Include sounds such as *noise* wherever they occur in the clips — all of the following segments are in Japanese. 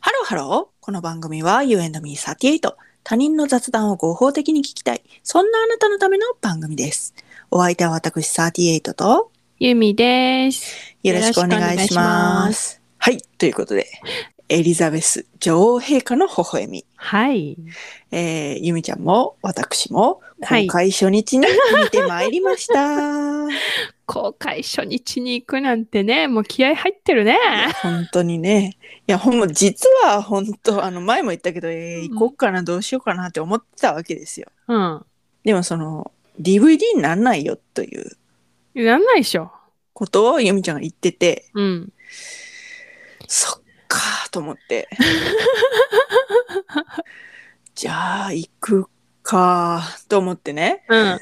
ハロー。この番組は You and me38。他人の雑談を合法的に聞きたい。そんなあなたのための番組です。お相手は私38とゆみです。よろしくお願いします。はい。ということで、エリザベス女王陛下の微笑み。はい。えー、ゆみちゃんも私もはい公開初日に見てまいりました。 *laughs* 公開初日に行くなんてね、もう気合入ってるね。いや本当にね。いや、ほんま、実は本当、あの、前も言ったけど、えーうん行こうかな、どうしようかなって思ってたわけですよ。うん。でも、その、DVD になんないよというやんないでしょ。ことをゆみちゃんが言ってて、うん。そっかーと思 *laughs* って。じゃあ、行くかーと思ってね。うん。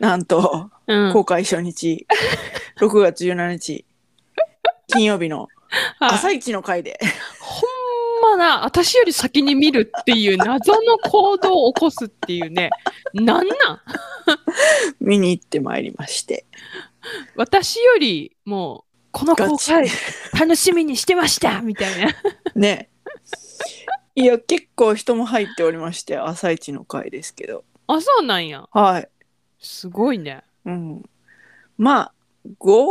なんと、うん。公開初日、6月17日、金曜日のはい朝一の回で。ほんまな、私より先に見るっていう謎の行動を起こすっていうね。なんなん見に行ってまいりまして。私よりもう、この公開ガチ楽しみにしてましたみたいな。ね。いや、結構人も入っておりまして、朝一の回ですけど。 *laughs* あ、そうなんや。はい。すごいね。うん。まあ、5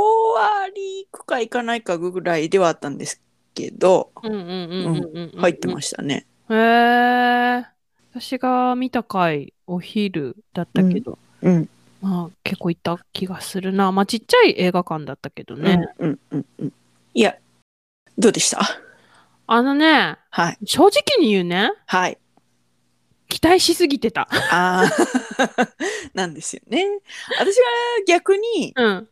割いくかいかないかぐらいではあったんですけど、うんうんうんうんうん、うん。入ってましたね。へえ。私が見た回、お昼だったけど、うん。まあ結構行った気がするな。まあちっちゃい映画館だったけどね。うんうんうんうん。いや、どうでしたあのね、はい。正直に言うね、はい。期待しすぎてた。ああ、 *laughs* なんですよね。私は逆にうん。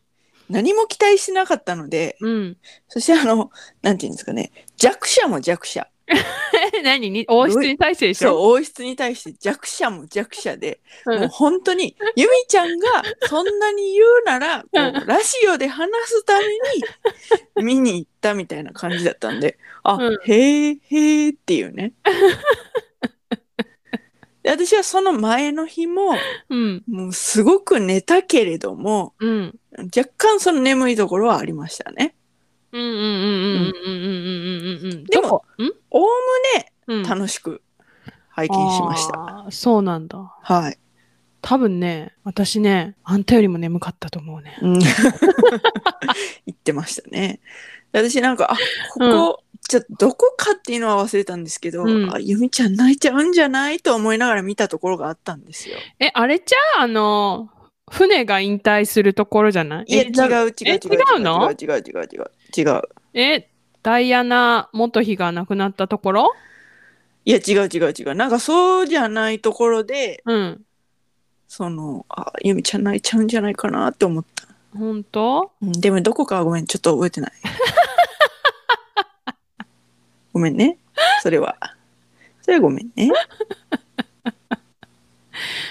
何も期待しなかったので、うん。そしてあの、なんていうんですかね、弱者も弱者。何に王室に対してでしそうょ王室に対して弱者も弱者で、うもうん本当に由美ちゃんがそんなに言うならこうラジオで話すために見に行ったみたいな感じだったんであ、うんへーへーっていうね。で私はその前の日もうん。もうすごく寝たけれどもうん。若干その眠いところはありましたね。うんうんうんうんうんうんうんうんうんうん。でもどおおむこ、んね楽しく拝見しまし。た。あーそうなんだ。はい。多分ね、私ね、あんたよりも眠かったと思うね。うん *laughs* 言ってましたね。私なんか、あ、ここ、じゃどこかっていうのは忘れたんですけど、うんあ、ゆみちゃん泣いちゃうんじゃないと思いながら見たところがあったんですよ。え、あれちゃうあの、船が引退するところじゃないいや、違うエリザベ違う違うえ違うの違う違う違う違う違う違う。え、ダイアナ元妃が亡くなったところいや、違う違う違う。なんかそうじゃないところで、うん。その、あ、ゆみちゃん泣いちゃうんじゃないかなって思った。本当うん、でもどこかはごめん、ちょっと覚え *laughs* てない。ごめんね。それは。それはごめんね。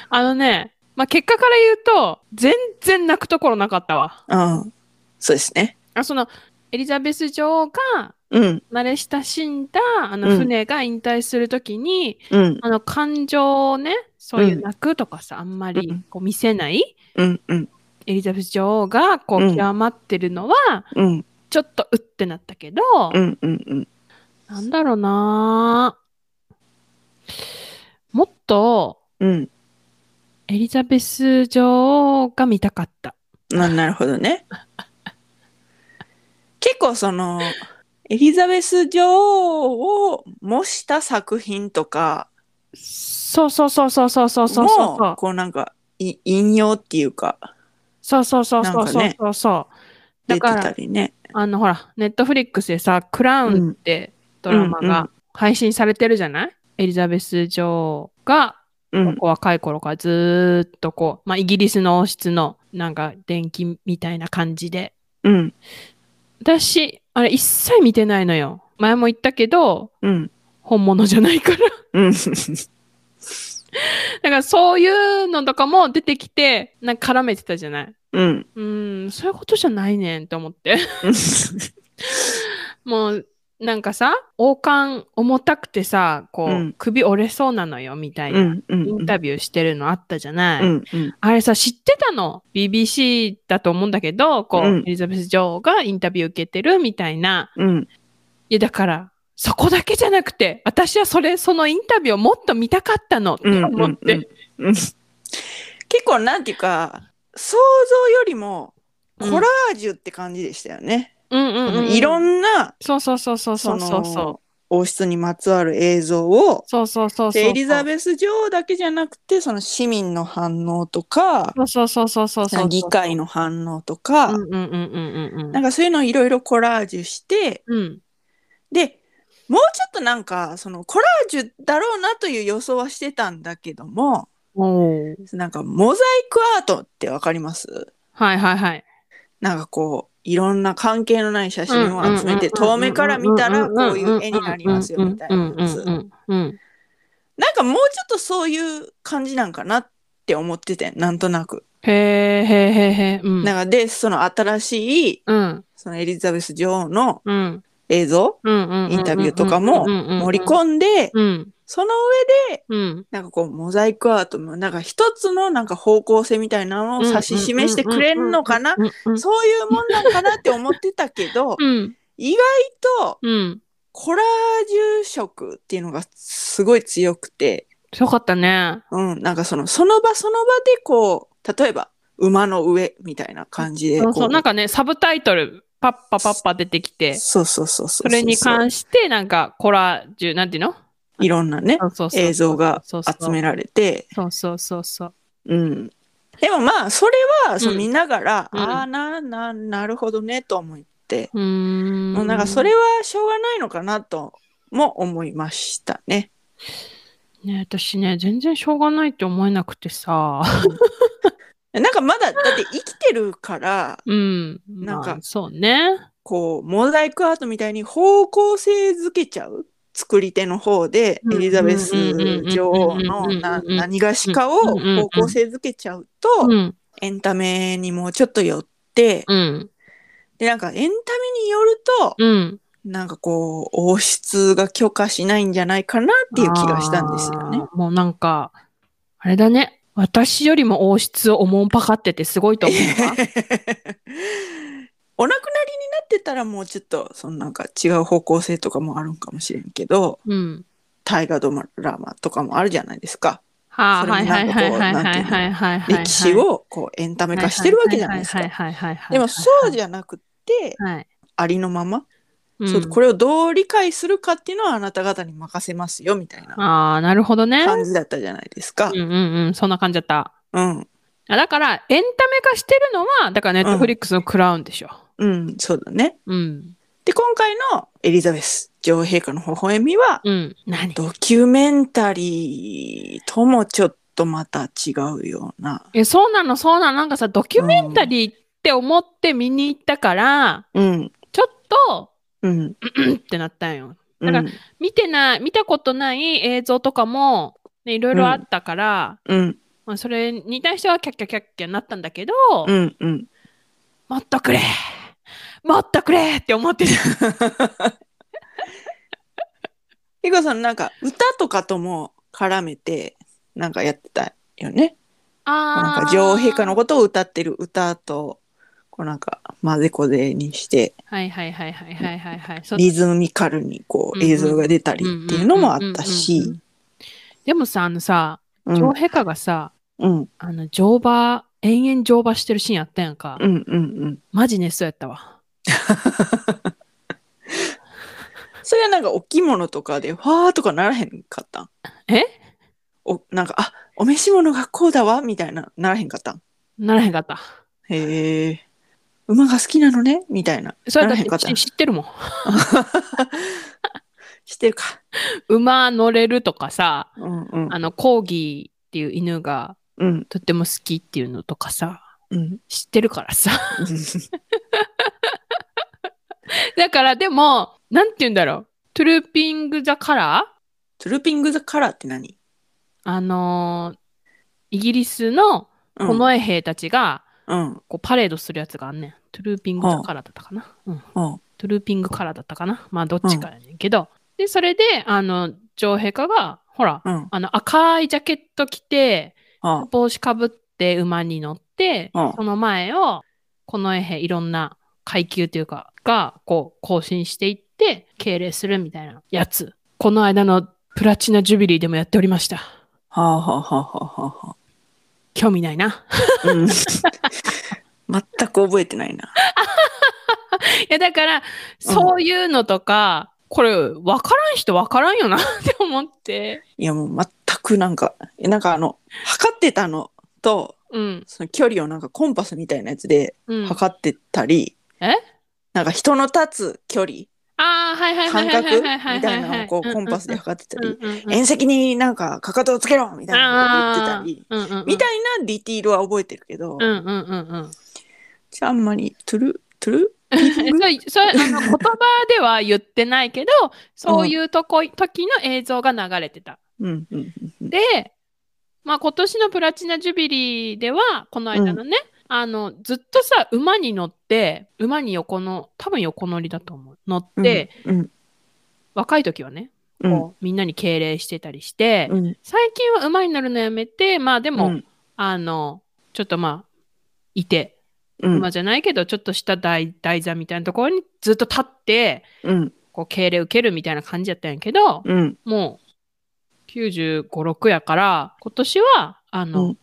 あのね、まあ、結果から言うと、全然泣くところなかったわ。うん。そうですね。あ、その、エリザベス女王がうん、慣れ親しんだ、あうの、ん船が引退するときに、うん、あの、感情をね、そういううん泣くとかさ、あんうまんりこう見せない、うん、うん、エリザベス女王がこうんう、極まってるのは、うん、ちょっとうってなったけど、うん、うん、うん。なんだろうなぁもっと、うんエリザベス女王が見たかった。ななるほどね。結構その、エリザベス女王を模した作品とかそうそうそうそうそうそも、うそうそう。こうなんか、い引用っていうか、そうそうそうそうなそんうそうそう。出だてかたら、りね。あのほら、ネットフリックスでさ、クラウンってドラマうんうが配信されてるじゃない、エリザベス女王が、うん、こう若い頃からずーっとこう、まあ、イギリスの王室のなんか伝記みたいな感じで。うん、私、あれ一切見てないのよ。前も言ったけど、うん、本物じゃないから。 *laughs* うん。だからそういうのとかも出てきて、なんか絡めてたじゃない。うん、うーん、そういうことじゃないねんって思って。もう、なんかさ、王冠重たくてさ、こう、うん首折れそうなのよみたいうん、うな、ん、うん、インタビューしてるのあったじゃない。うん、うん、あれさ、知ってたの ?BBC だと思うんだけど、こう、うんエリザベス女王がインタビュー受けてるみたいな。うん、いや、だから、そこだけじゃなくて、私はそれ、そのインタビューをもっと見たかったのって思って、うんうんうんうん結構なんていうか想像よりもコラージュって感じでしたよね、うんうんうんうんいろんなそうそうそうそうそうそうそう王室にまつわる映像をそうそうそうそうでエリザベス女王だけじゃなくてその市民の反応とかそうそうそうそうそうそう議会の反応とか、うんうんうんうんうんなんかそういうのをいろいろコラージュしてうんでもうちょっとなんかそのコラージュだろうなという予想はしてたんだけどもおーなんかモザイクアートってわかりますはいはいはいなんかこういろんな関係のない写真を集めてうんうんうんう遠ん目から見たらこういう絵になりますよみたいなやつうんうんうんうんなんかもうちょっとそういう感じなんかなって思っててなんとなく。へえへえへえへえうんなんかでその新しいうんそのエリザベス女王のうん映像うんうんインタビューとかも盛り込んでうんその上でうんなんかこうモザイクアートもなんか一つのなんか方向性みたいなのを指し示してくれるのかなうんうんそういうもんなんかなって思ってたけどうん意外とうんコラージュ色っていうのがすごい強くて、よかったねうん、なんかそのその場その場でこう例えば馬の上みたいな感じでそうこそううなんかねサブタイトルパッパパッパ出てきてそうそうそうそうそれに関してなんかコラージュなんていうのいろんなねそうそうそう映像がそうそう集められてそうそうそうそう。うんでもまあそれはそううん見ながら、うんああなななるほどねと思って、うーん。もうなんかそれはしょうがないのかなとも思いましたね。ね、私ね、全然しょうがないって思えなく *laughs* てさ。なんかまだだって生きてるからうん。なんかまあそうね。こうモザイクアートみたいに方向性づけちゃう作り手の方でうんエリザベス女王のなうん何がしかを方向性づけちゃうとうん。エンタメにもうちょっと寄ってうん。でなんかエンタメによるとうん。なんかこう王室が許可しないんじゃないかなっていう気がしたんですよね。あー。もうなんか、あれだね。私よりも王室をおもんぱかっててすごいと思うわ *laughs* お亡くなりになってたらもうちょっとそのなんか違う方向性とかもあるんかもしれんけど。うん。大河ドラマとかもあるじゃないですか。はあ、それもはいなはんいかこはういはいなんはていいうのはいはいはい。歴史をこうエンタメ化してるわけじゃないですはいか。はいはいはいはいはいはい。でもそうじゃなくて、はい。ありのまま、うんそうこれをどう理解するかっていうのはあなた方に任せますよみたいなああ、なるほどね。感じだったじゃないですかう。んうんうん。そんな感じだった。うん、あだから、エンタメ化してるのは、だからネットフリックスのクラウンでしょ。うん、そうだね。うん。で、今回のエリザベス女王陛下の微笑みは、うん。何ドキュメンタリーともちょっとまた違うような。え、そうなの、そうなの。なんかさ、ドキュメンタリーって思って見に行ったから、うん、ちょっと、うん、うんってなったんよ。うだん、見てない、見たことない映像とかも、ね、いろいろあったから、うん、まあ、それに対してはキャッキャキャッキャなったんだけど、うん、うん。もっとくれもっとくれって思ってた。 *laughs* 結構そのなんか歌とかとも絡めてなんかやってたよね。あ *laughs* ーなんか女王陛下のことを歌ってる歌とこうなんか混ぜこぜにしてはいはいはいはいはいはいはい。そリズミカルにこううんうん映像が出たりっていうのもあったし。でもさ、あのさ、う女ん王陛下がさ、うんあの、乗馬、延々乗馬してるシーンあったやんか。うんうんうん。マジね、そうやったわ。それはなんかお着物とかでわーとかならへんかったんえおなんかあお召し物がこうだわみたいなならへんかったんならへんかった。へえ馬が好きなのねみたいなそれだならへんかっったて知知ってるもん。知ってるか。馬乗れるとかさ、うんうんあの、コーギーっていう犬がうんとっても好きっていうのとかさ、うん。 *laughs* 知ってるからさ。 *laughs* だから、でも、なんて言うんだろう。トゥルーピング・ザ・カラートゥルーピング・ザ・カラーって何、あのーイギリスのうん、近衛兵たちが、うん。こうパレードするやつがあんねん。トゥルーピングはあカラーだったかな。ううん。ん。トゥルーピングカラーだったかな。まあどっちかやねんけど。で、それで、あの、女王陛下が、ほら、うん。あの赤いジャケット着て、あ帽子かぶって馬に乗って、はあその前を、この衛兵いろんな階級というか、が、こう、行進していっって敬礼するみたいなやつ。この間のプラチナジュビリーでもやっておりました。はあはあはあはあはあは興味ないな。あ。 *laughs* うん。全く覚えてないな。い *laughs* や、だから、そういうのとか、これ、わからん人わからんよなって思って。いやもう全くなんか、えなんかあの、測ってたのと、うん。その距離をなんかコンパスみたいなやつでうん、あ測ってたり、えなんか人の立つ距離、あー、はいはいはい感はい覚はいみはいはたい。いなのをこうコンパスで測ってたうり、んうんうん縁石になんかかかとをつけろみたいなこと言ってたり、うんうんうんみたいなディティールは覚えてるけど、うんうんうんうん。じゃああんまり、トゥル、トゥ *laughs* ルそうそれあの言葉では言ってないけど、そういうとこ、時の映像が流れてた。うんうんうん。で、まあ今年のプラチナジュビリーでは、この間のね、あの、ずっとさ、馬に乗って、馬に横の、多分横乗りだと思う。乗って、うん、若い時はね、うん、うんこうみんなに敬礼してたりして、うん、最近は馬に乗るのやめて、まあでも、うんあの、ちょっとまあ、いて、うん馬じゃないけど、ちょっとした台台座みたいなところにずっと立って、うん、こう敬礼受けるみたいな感じやったんやけど、うん、もう95、6やから、今年は、あの、うん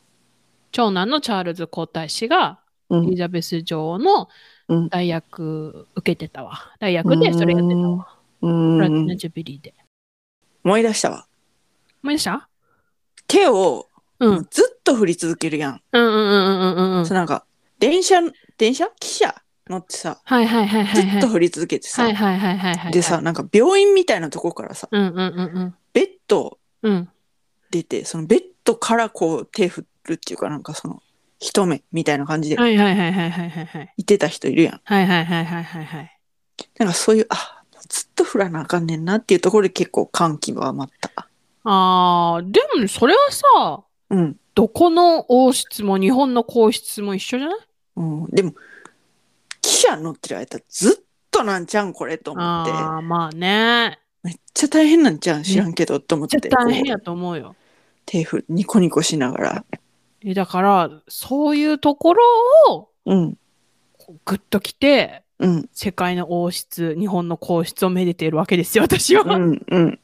長男のチャールズ皇太子が、うエリん。ザベス女王のうん代役受けてたわ。代役でそれやってたわ。プラチナジュビリーで。思い出したわ。思い出した手をうん。うんずっと振り続けるやん。うんうんうんうんうん。そうなんか、電車、電車汽車乗ってさ、はいはいはいはずいはっい。と振り続けてさはい、はいはいはいはい。でさ、、なんか病院みたいなとこからさ、うんうんうんベッドうん。うん。出て、そのベッドからこう手振るっていうか、なんかその、一目みたいな感じではいはいはいはいはいはいはい。言ってた人いるやん。はいはいはいはいはいはい。なんかそういう、あ、ずっと振らなあかんねんなっていうところで結構感極まった。あー、でもそれはさ、うん。どこの王室も日本の皇室も一緒じゃないうん、でも、汽車乗ってる間ずっとなんちゃうんこれと思って、あー、まあね。めっちゃ大変なんちゃうん知らんけどと思って、絶対大変こやうと思うよ。手振る、ニコニコしながら。えだから、そういうところをうん、こうグッときて、うん、世界の王室、日本の皇室をめでているわけですよ、私は。うん、うん。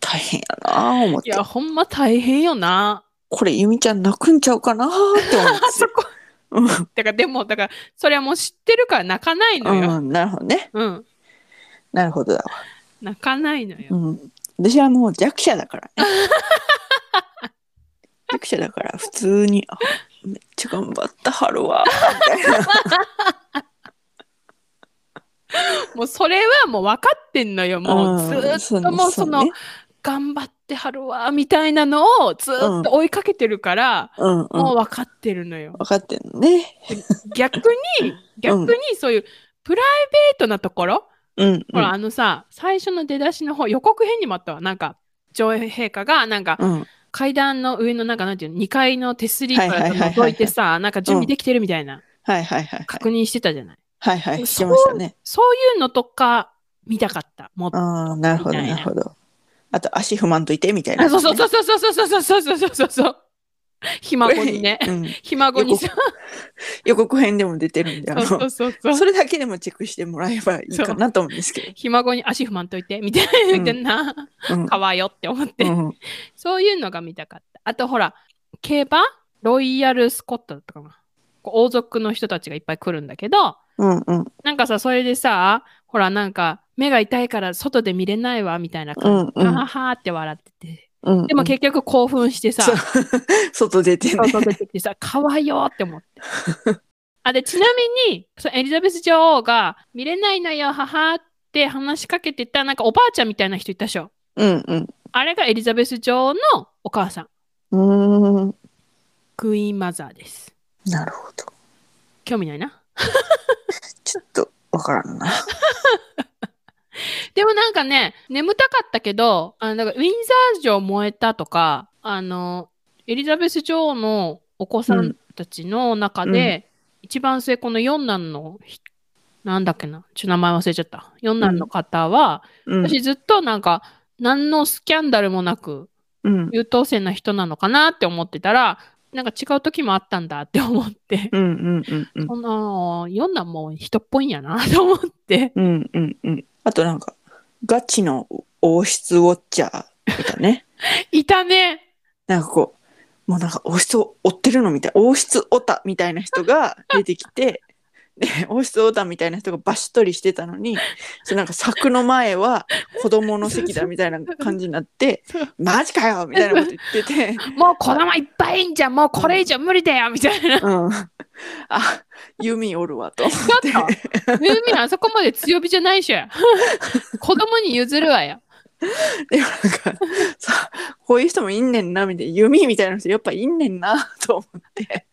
大変やなあ思っいて。や、ほんま大変よな。これ、ゆみちゃん泣くんちゃうかなって思ってあ *laughs* そこ。だから、でも、だから、それはもう知ってるから泣かないのうん、よ。うん、なるほどね。うん。なるほどだわ。泣かないのうよ。ん。私はもう弱者だ *laughs* からね。弱者だから、普通に、あめっちゃ頑張った、春は。みたいな。もう、それはもう分かってんのよ。 *laughs* もう、ずんーっともう、その、ね頑張ってはるわ、みたいなのをずーっと追いかけてるから、うんうん。もう分分かってるのよ。かってんのね。逆に、逆にそういうプライベートなところ、うん。ほら、あのさ、最初の出だしの方、予告編にもあったわ。なんか、上映陛下が、なんか、うん。うん。階段の上の、なんか、なんていうの、2階の手すりからはいはいはいはいは覗いいてさ、なんか準備できてるみたいな、はいはいはい。確認してたじゃない。はいはい。しましたね。そういうのとか、見たかった。もっとああ、なるほど、みたいななるほど。あと、足踏まんといてみたいな、あそうそうそうそうそうそうそうそうそうそうそう。ひこ孫れにね。うん。ひ孫にさ、予告編でも出てるんで、あの、そうそうそうそれだけでもチェックしてもらえばいいかなと思うんですけひ孫に足踏まんといて、みたいな、うんみたいな、ど。うん。 *laughs* かわよって思って、うん、そういうのが見たかった。あとほら、競馬ロイヤルスコットだったかな。こう王族の人たちがいっぱい来るんだけど、うん、うん。なんかさ、それでさ、ほらなんか、目が痛いから外で見れないわ、みたいな感じ。うんうんははって笑ってて。うん、でも結局興奮してさ、そう *laughs* 外出てね。そうそう出てきてさ、かわいよって *laughs* 思って。あでちなみにそのエリザベス女王が「見れないのよ母」って話しかけてたなんかおばあちゃんみたいな人いたでしょうん、うん。あれがエリザベス女王のお母さんうーん。クイーンマザーですなるほど。興味ないなちょっと、わからんな。でもなんかね眠たかったけどあのなんかウィンザー城燃えたとかあのエリザベス女王のお子さんたちの中で、一番末この四男のひなんだっけなちょっと名前忘れちゃった四男の方は、うん。私ずっとなんか何のスキャンダルもなくうん。優等生な人なのかなって思ってたらなんか違う時もあったんだって思って、うんうんうんうんそんな、読んだもん人っぽいんやなと思って。うんうんうんあとなんかガチの王室ウォッチャーみたいねいたね。なんかこうもうなんか王室を追ってるのみたい王室オタみたいな人 *laughs* が出てきてで王室オタみたいな人がバシッとりしてたのにそのなんか柵の前は子供の席だみたいな感じになってそう「マジかよ!」みたいなこと言って *laughs* て。もう子供いっぱいいんじゃん。もうこれ以上無理だよみたいな。うん、あ弓おるわと思ってちょっユーミンあそこまで強火じゃないっしょ。子供に譲るわよ。でもなんかさこういう人もいんねんなみたいな弓みたいな人やっぱいんねんなと思って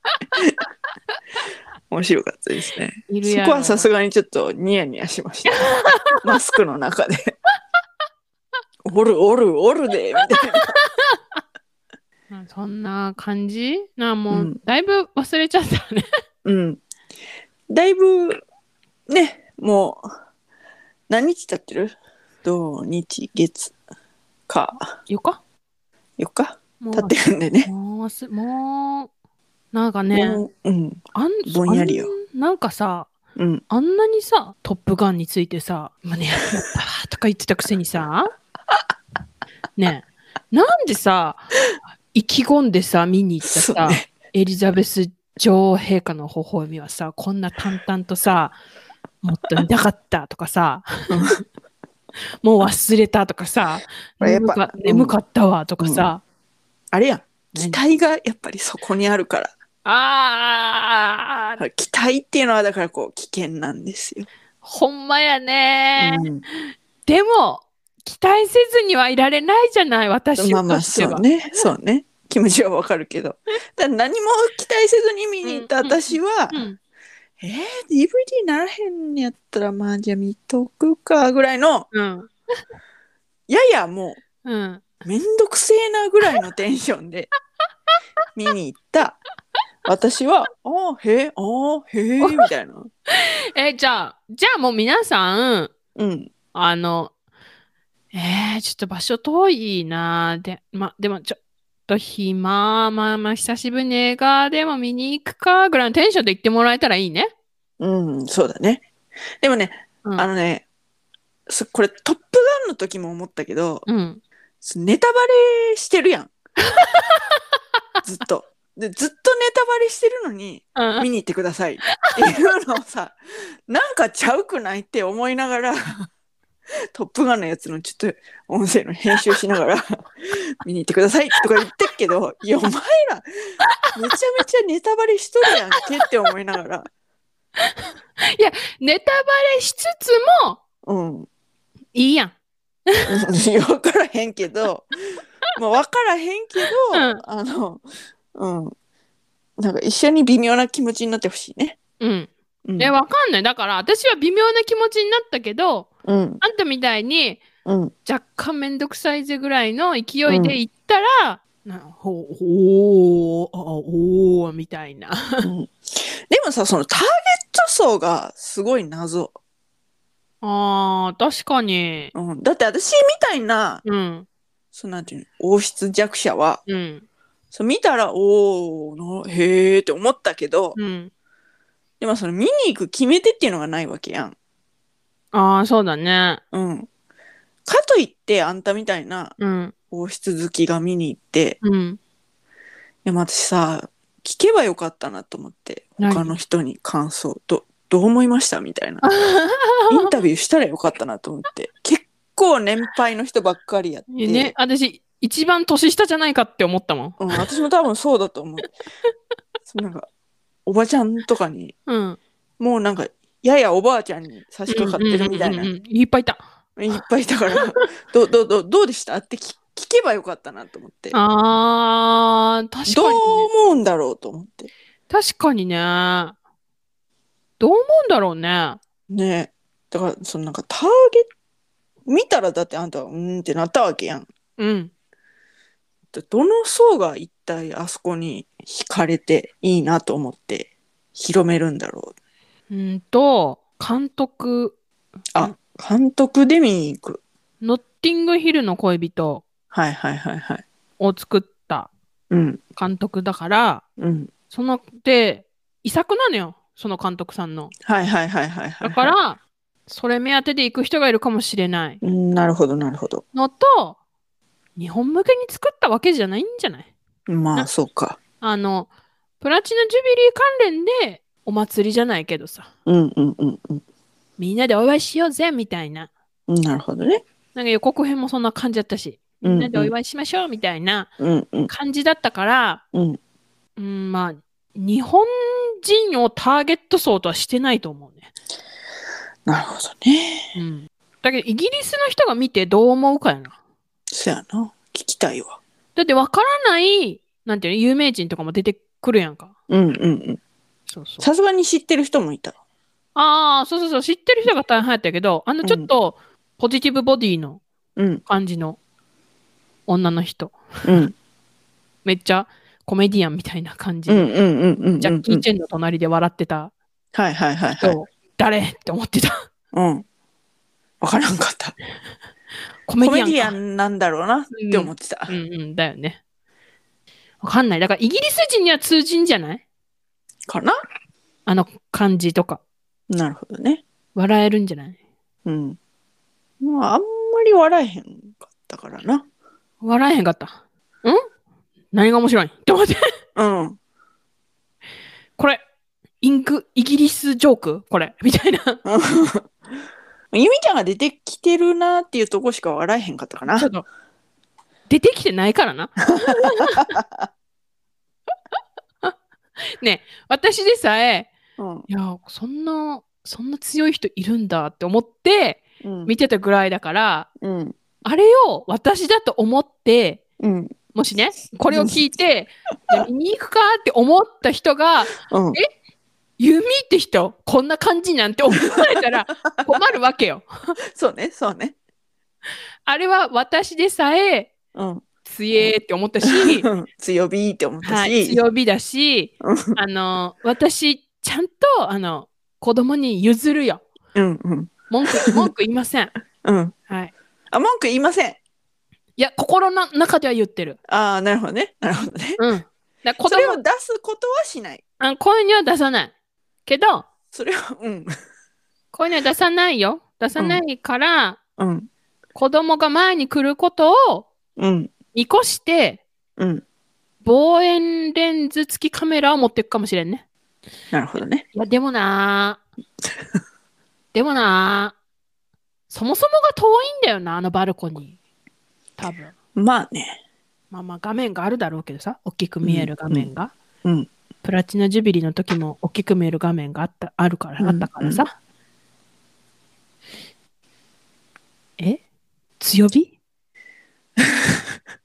面白かったですねいるそやろこはさすがにちょっとニヤニヤしました *laughs* マスクの中で「おるおるおるで」みたいうんそんな感じなあもう、うんだいぶ忘れちゃったね。なうんだいぶねもう何日経ってる土日月かよか4日も経ってるんでねう、もうす、もう、なんかね、もううんあんぼんやりよあんなんかさ、うんあんなにさ、トップガンについてさ、今ね、やったわとか言ってたくせにさ、ねえなんでさ、意気込んでさ、見に行ったそうさ、ねエリザベス女王陛下の微笑みはさ、こんな淡々とさ、もっと見たかったとかさ、もう忘れたとかさ、これやっ眠ぱか眠かったわとかさ、あれやん期何待がやっぱりそこにあるからあー、期待っていうのはだからこう危険なんですよ。ほんまやねうんでも期待せずにはいられないじゃない私まあまとあしてそうは。ねそうね気持ちはわかるけ *laughs* どだから何も期待せずに見に行ったうんうんうん私は、うんえー、DVD ならへんやったらまあじゃあ見とくかぐらいのうんややもうんうめんどくせえなぐらいのテンション *laughs* で見に行った私は「ああへえああへえ」みたいな。えじゃあじゃあもう皆さんうん、あのえー、ちょっと場所遠いなでまでもちょっと暇まあまあ久しぶりに映画でも見に行くかぐらいのテンションで行ってもらえたらいいね。うん、そうだねでもねうんあのね、すこれ、トップガンの時も思ったけど、うんすネタバレしてるやん。 *laughs* ずっと。で、ずっとネタバレしてるのに、うん見に行ってくださいっていうのをさ、なんかちゃうくないって思いながら、トップガンのやつのちょっと音声の編集しながら、見に行ってくださいとか言ってっけど、いや、お前ら、めちゃめちゃネタバレしとるやんけって思いながら、ネタバレしつつもうん。いいやん。うん *laughs* 分からへんけどまあ分からへんけど、うんあのうんなんか一緒に微妙な気持ちになってほしいね。うん、うん、えわかんないだから私は微妙な気持ちになったけどうんあんたみたいに *laughs* うん若干めんどくさいぜぐらいの勢いで行ったら、なほほーあおーみたいな。うんでもさそのターゲット層がすごい謎、あー確かに。うん、だって私みたいなうんそうなんていうの王室弱者はうんそう見たらおおへえって思ったけど、うん。でもその見に行く決め手っていうのがないわけやん。ああそうだね。うん、かといってあんたみたいなうん王室好きが見に行ってうん。でも私さ聞けばよかったなと思って何他の人に感想どどう思いましたみたいなインタビューしたらよかったなと思って結構年配の人ばっかりやって、いやね私一番年下じゃないかって思ったもん。うん、私も多分そうだと思う *laughs* そうなんかおばちゃんとかにうん。もうなんかややおばあちゃんに差し掛かってるみたいなうんうんいうんうんいっぱいいた。っぱいいたから *laughs* 「どうどうどうどうでした?」って聞聞けばよかったなと思ってあー確かどうに、ね。思うんだろうと思って確かにね。どう思うんだろうね。ねえだからそのなんかターゲット見たらだってあんたはうーんってなったわけやんうん。でどの層が一体あそこに惹かれていいなと思って広めるんだろううんと、監督、あ監督で見に行くノッティングヒルの恋人はいはいはいはいを作ったうん監督だから、うんそので遺作なのよその監督さんのはいはいはいはいはいだからそれ目当てで行く人がいるかもしれないうんなるほどなるほどのと日本向けに作ったわけじゃないんじゃないまあなそうかあのプラチナジュビリー関連でお祭りじゃないけどさうんうんうんみんなでお祝いしようぜみたいなうんなるほどねなんか予告編もそんな感じだったしうみんうんんなでお祝いしましょうみたいなうんうん感じだったから、うんうん、まあ日本人をターゲット層とはしてないと思うね。なるほどねうん、だけどイギリスの人が見てどう思うかやな。そやな聞きたいわだってわからないなんていうの有名人とかも出てくるやんか。うんうんうんそうそうさすがに知ってる人もいたああそうそうそう知ってる人が大変やったけどあのちょっとポジティブボディのうん感じの女の人うんめっちゃコメディアンみたいな感じうんで、うんうんうんうんうんジャッキー・チェンの隣で笑ってたはいはいはい人、はい誰って思ってたうんわからんかった *laughs* *laughs* ココメメデディアンかィアンなんだろうなって思ってたうんうんだよねわかんないだからイギリス人には通じんじゃないかなあの感じとかなるほどね笑えるんじゃないうんまああんまり笑えへんかったからな笑えへんかった。ん何が面白いって思って。うん *laughs* これ、インク、イギリスジョークこれ。 *laughs* みたいな。ゆみちゃんが出てきてるなっていうとこしか笑えへんかったかなちょっと、出てきてないからな。ねえ私でさえ、うんいや、そんな、そんな強い人いるんだって思ってうん見てたぐらいだから、うんあれを私だと思って、うんもしね、これを聞 *laughs* いて、じゃあ見に行くかって思った人が、うん弓って人こんな感じなんて思われたら困るわけよ。そうねそうねあれは私でさえうん強えって思っ *laughs* たし、強火って思ったはい、し強火だしうんあの私ちゃんとあの子供に譲るようんうん文 *laughs* 句文句言いません。うんはい、あ文句言いませんいや心の中では言ってる。ああなるほどねなるほどねうん、だから子それを供出すことはしないあの声には出さないけどそれはうん声には出さないよ出さないから、うん子供が前に来ることをうん見越してうん望遠レンズ付きカメラを持っていくかもしれんね。なるほどねいや、でもな *laughs* ーでもなーそもそもが遠いんだよな、あのバルコニー。多分。まあねまあまあ画面があるだろうけどさ、大きく見える画面が。うんうんプラチナジュビリーの時も大きく見える画面があったあるから、うんあったからさ。え強 *laughs* 火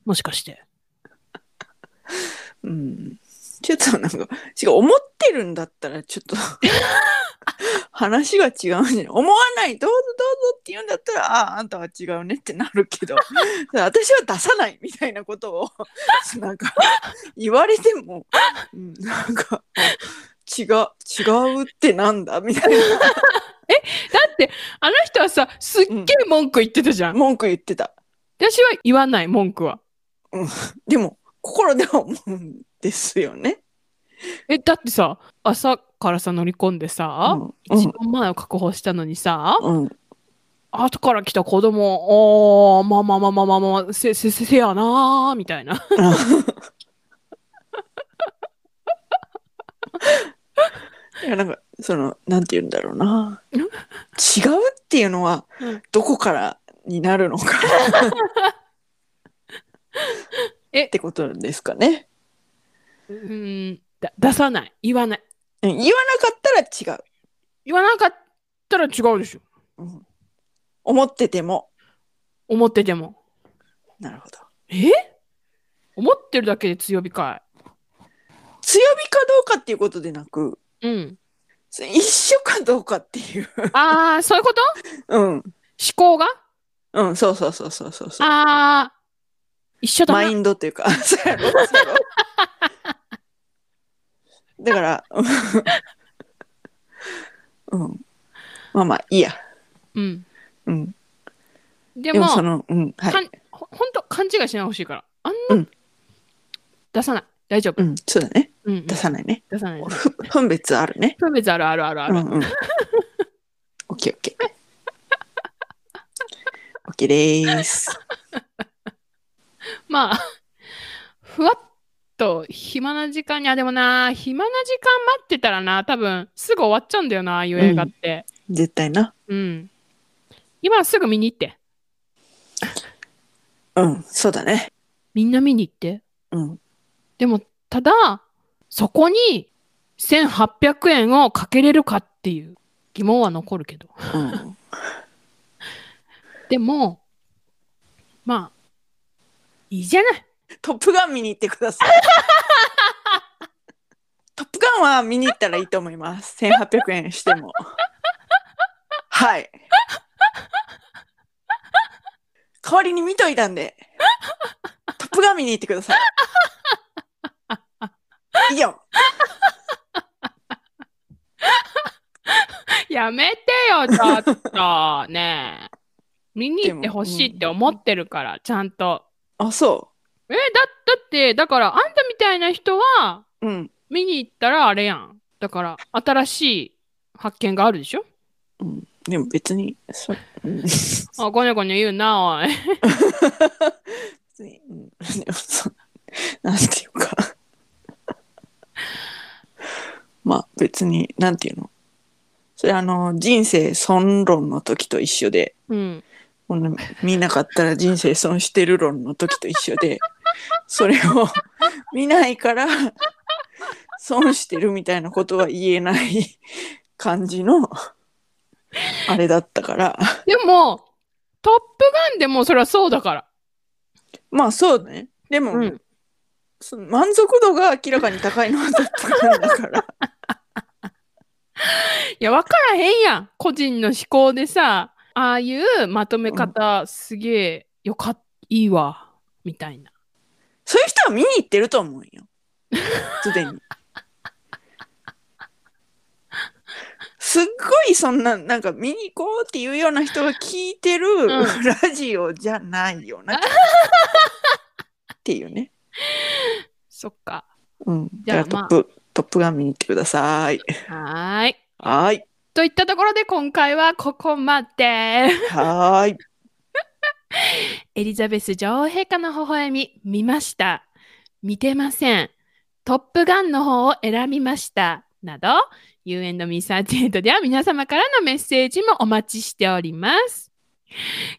もしかして。うんちょっとなんかしかも思ってるんだったらちょ *laughs* っと話が違うね思わないどうぞどうぞって言うんだったらあああんたは違うねってなる *laughs* けど私は出さないみたいなことをなんか言われても、うん、なんか違う違うってなんだみたいだって、あの人はさ、すっげえ文句言ってたじゃ。なん文句言ってた私は言わない、文句は。でも心では思うんですよね。えだってさ朝からさ乗り込んでさ、うん一番前を確保したのにさ、うん *laughs* 後から来た子供おーまあまあまあまあまあまあせせせせやなーみたいないやなんかそのなんて言うんだろうな違うっていうのはうんどこからになるのか *laughs* えってことですかねうーんだ出さない言わないうん言わなかったら違う、言わなかったら違うでしょうん思ってても思っててもなるほどえ思ってるだけで強火か強火かどうかっていうことでなくいうんそれ一緒かどうかっていうああそういうことうん思考がうんそうそうそうそうそうそうああ一緒だマなインドというか *laughs* そうやろそうやろだからうんうんまあまあいいや、うんうん、ででももそのうんはいかんほほんと勘違いしないでほしいからあんな、うん出さない。大丈夫。うん、そうだね。うんうん出さないね。出さない。ふ分別あるね。分別あるあるあるあうる。んうん。オッケーオッケー。オッケーでーす。まあ、 *laughs* ふわっと暇な時間に、あ、でもな、暇な時間待ってたらな、多分すぐ終わっちゃうんだよな、ああいう映画って。絶対な。うん。今すぐ見に行って。うん、そうだね。みんな見に行って。うん。でも、ただ、そこに1800円をかけれるかっていう疑問は残るけど。うん。でも、まあ、いいじゃない。トップガン見に行ってください。トップガンは見に行ったらいいと思います。1800円しても。はい。代わりに見といたんで、トップガン見に行ってください。いいよ。やめてよ、ちょっと。 *laughs* ねえ。見に行ってほしいって思ってるから、ちゃんと。あ、そえ、だ、だって、だから、あんたみたいな人は、う。うん。見に行ったらあれやん。だから、新しい発見があるでしょうん、でも別に、そうんあ、ごにょごにょ言うな、おい。別に、うん、 *laughs* でもそうなんていうか *laughs* まあ別になんていうのそれあの人生損論の時と一緒でうん。こんな見なかったら人生損してる論の時と一緒でそれを見ないから損してるみたいなことは言えない感じのあれだったからでも、トップガンでもそれはそうだから。まあそうねでも、うん。その満足度が明らかに高いのはトップガンだ *laughs* から。いや、わからへんやん。個人の思考でさ、ああいうまとめ方、すげえ、よかっ、いいわ、みたいな。そういう人は見に行ってると思うよ。すでに。すっごいそんな、なんか見に行こうっていうような人が聞いてる、んラジオじゃないよな。っていうね。そっか。うん。じゃだあからトップ、トップガン見に行ってください。はーい。はーい。といったところで今回はここまで。はーい。エリザベス女王陛下の微笑み、見ました。見てません。トップガンの方を選びました。など、U&Me38 では皆様からのメッセージもお待ちしております。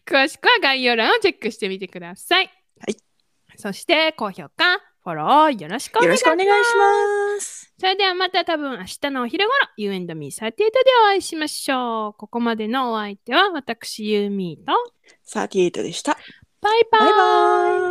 詳しくは概要欄をチェックしてみてください。はい。そして、高評価、フォローよろしくおよ願いろししくおま願す。いします。それではまた多分明日のお昼頃 You and me38 でお会いしましょう。ここまでのお相手は私ユーミーと38でした。バイババイイバーイ。